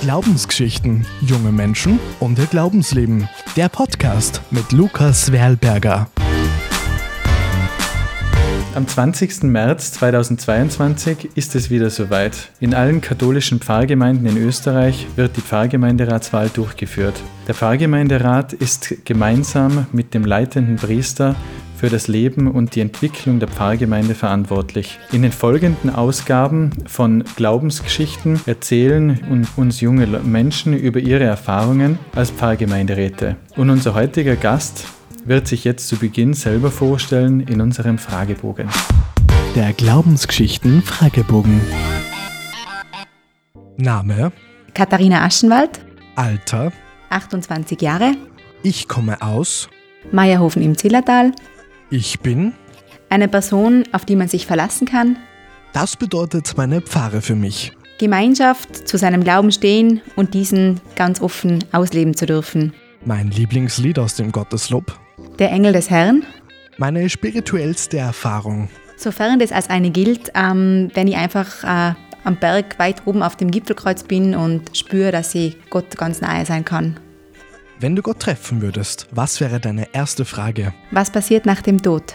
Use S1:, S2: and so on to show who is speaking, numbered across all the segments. S1: Glaubensgeschichten, junge Menschen und ihr Glaubensleben. Der Podcast mit Lukas Werlberger.
S2: Am 20. März 2022 ist es wieder soweit. In allen katholischen Pfarrgemeinden in Österreich wird die Pfarrgemeinderatswahl durchgeführt. Der Pfarrgemeinderat ist gemeinsam mit dem leitenden Priester für das Leben und die Entwicklung der Pfarrgemeinde verantwortlich. In den folgenden Ausgaben von Glaubensgeschichten erzählen un- uns junge Le- Menschen über ihre Erfahrungen als Pfarrgemeinderäte. Und unser heutiger Gast wird sich jetzt zu Beginn selber vorstellen in unserem Fragebogen.
S1: Der Glaubensgeschichten Fragebogen. Name,
S3: Katharina Aschenwald,
S1: Alter,
S3: 28 Jahre,
S1: ich komme aus,
S3: Meierhofen im Zillertal,
S1: ich bin.
S3: eine Person, auf die man sich verlassen kann,
S1: Das bedeutet meine Pfarre für mich.
S3: Gemeinschaft, zu seinem Glauben stehen und diesen ganz offen ausleben zu dürfen.
S1: Mein Lieblingslied aus dem Gotteslob.
S3: Der Engel des Herrn,
S1: Meine spirituellste Erfahrung.
S3: sofern das als eine gilt, ähm, wenn ich einfach äh, am Berg weit oben auf dem Gipfelkreuz bin und spüre, dass ich Gott ganz nahe sein kann.
S1: Wenn du Gott treffen würdest, was wäre deine erste Frage?
S3: Was passiert nach dem Tod?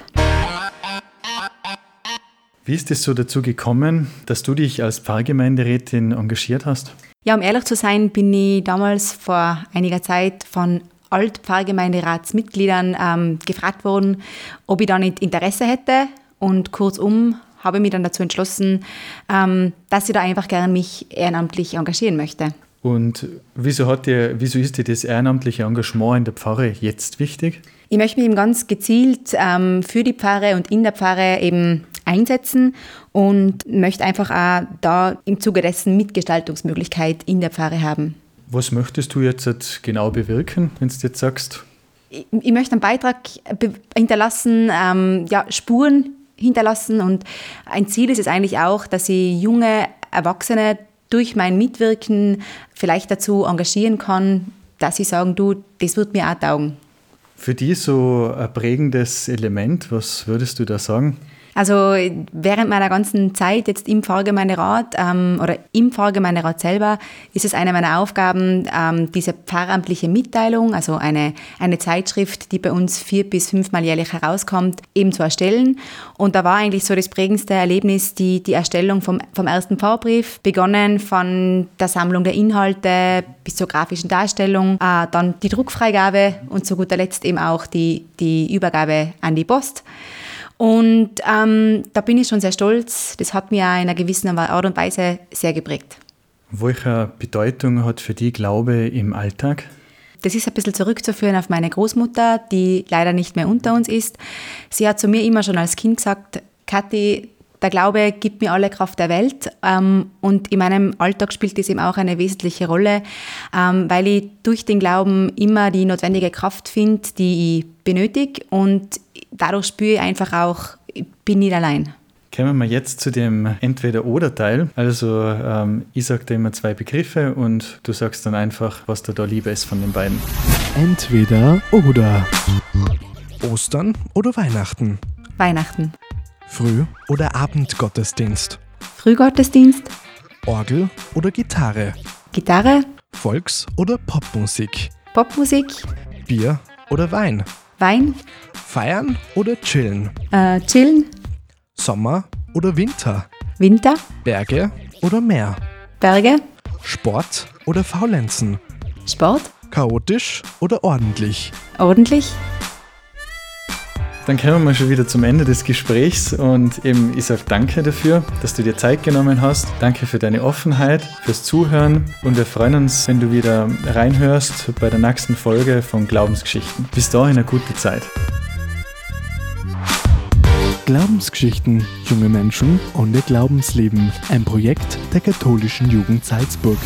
S2: Wie ist es so dazu gekommen, dass du dich als Pfarrgemeinderätin engagiert hast?
S3: Ja, um ehrlich zu sein, bin ich damals vor einiger Zeit von Altpfarrgemeinderatsmitgliedern ähm, gefragt worden, ob ich da nicht Interesse hätte. Und kurzum habe ich mich dann dazu entschlossen, ähm, dass ich da einfach gern mich ehrenamtlich engagieren möchte.
S2: Und wieso, hat dir, wieso ist dir das ehrenamtliche Engagement in der Pfarre jetzt wichtig?
S3: Ich möchte mich eben ganz gezielt ähm, für die Pfarre und in der Pfarre eben einsetzen und möchte einfach auch da im Zuge dessen Mitgestaltungsmöglichkeit in der Pfarre haben.
S2: Was möchtest du jetzt genau bewirken, wenn du jetzt sagst?
S3: ich, ich möchte einen Beitrag be- hinterlassen, ähm, ja, Spuren hinterlassen. Und ein Ziel ist es eigentlich auch, dass ich junge Erwachsene durch mein Mitwirken vielleicht dazu engagieren kann, dass sie sagen, du, das wird mir auch taugen.
S2: Für dich so ein prägendes Element, was würdest du da sagen?
S3: Also während meiner ganzen Zeit jetzt im Pfarrgemeinderat ähm, oder im Pfarrgemeinderat selber ist es eine meiner Aufgaben, ähm, diese pfarramtliche Mitteilung, also eine, eine Zeitschrift, die bei uns vier bis fünfmal jährlich herauskommt, eben zu erstellen. Und da war eigentlich so das prägendste Erlebnis die, die Erstellung vom, vom ersten Pfarrbrief, begonnen von der Sammlung der Inhalte bis zur grafischen Darstellung, äh, dann die Druckfreigabe und zu guter Letzt eben auch die, die Übergabe an die Post. Und ähm, da bin ich schon sehr stolz. Das hat mir in einer gewissen Art und Weise sehr geprägt.
S2: Welche Bedeutung hat für dich Glaube im Alltag?
S3: Das ist ein bisschen zurückzuführen auf meine Großmutter, die leider nicht mehr unter uns ist. Sie hat zu mir immer schon als Kind gesagt, Kathi, der Glaube gibt mir alle Kraft der Welt. Ähm, und in meinem Alltag spielt das eben auch eine wesentliche Rolle, ähm, weil ich durch den Glauben immer die notwendige Kraft finde, die ich benötige. Und dadurch spüre ich einfach auch, ich bin nicht allein.
S2: Kommen wir jetzt zu dem Entweder-Oder-Teil. Also ähm, ich sage da immer zwei Begriffe und du sagst dann einfach, was dir da lieber ist von den beiden.
S1: Entweder oder. Ostern oder Weihnachten.
S3: Weihnachten.
S1: Früh- oder Abendgottesdienst.
S3: Frühgottesdienst,
S1: Orgel oder Gitarre.
S3: Gitarre,
S1: Volks- oder Popmusik.
S3: Popmusik,
S1: Bier oder Wein.
S3: Wein,
S1: Feiern oder chillen.
S3: äh, Chillen,
S1: Sommer oder Winter.
S3: Winter,
S1: Berge oder Meer.
S3: Berge,
S1: Sport oder Faulenzen.
S3: Sport,
S1: Chaotisch oder ordentlich.
S3: ordentlich,
S2: Dann kommen wir schon wieder zum Ende des Gesprächs und eben ich sage danke dafür, dass du dir Zeit genommen hast. Danke für deine Offenheit, fürs Zuhören und wir freuen uns, wenn du wieder reinhörst bei der nächsten Folge von Glaubensgeschichten. Bis dahin eine gute Zeit.
S1: Glaubensgeschichten, junge Menschen und ihr Glaubensleben. Ein Projekt der katholischen Jugend Salzburg.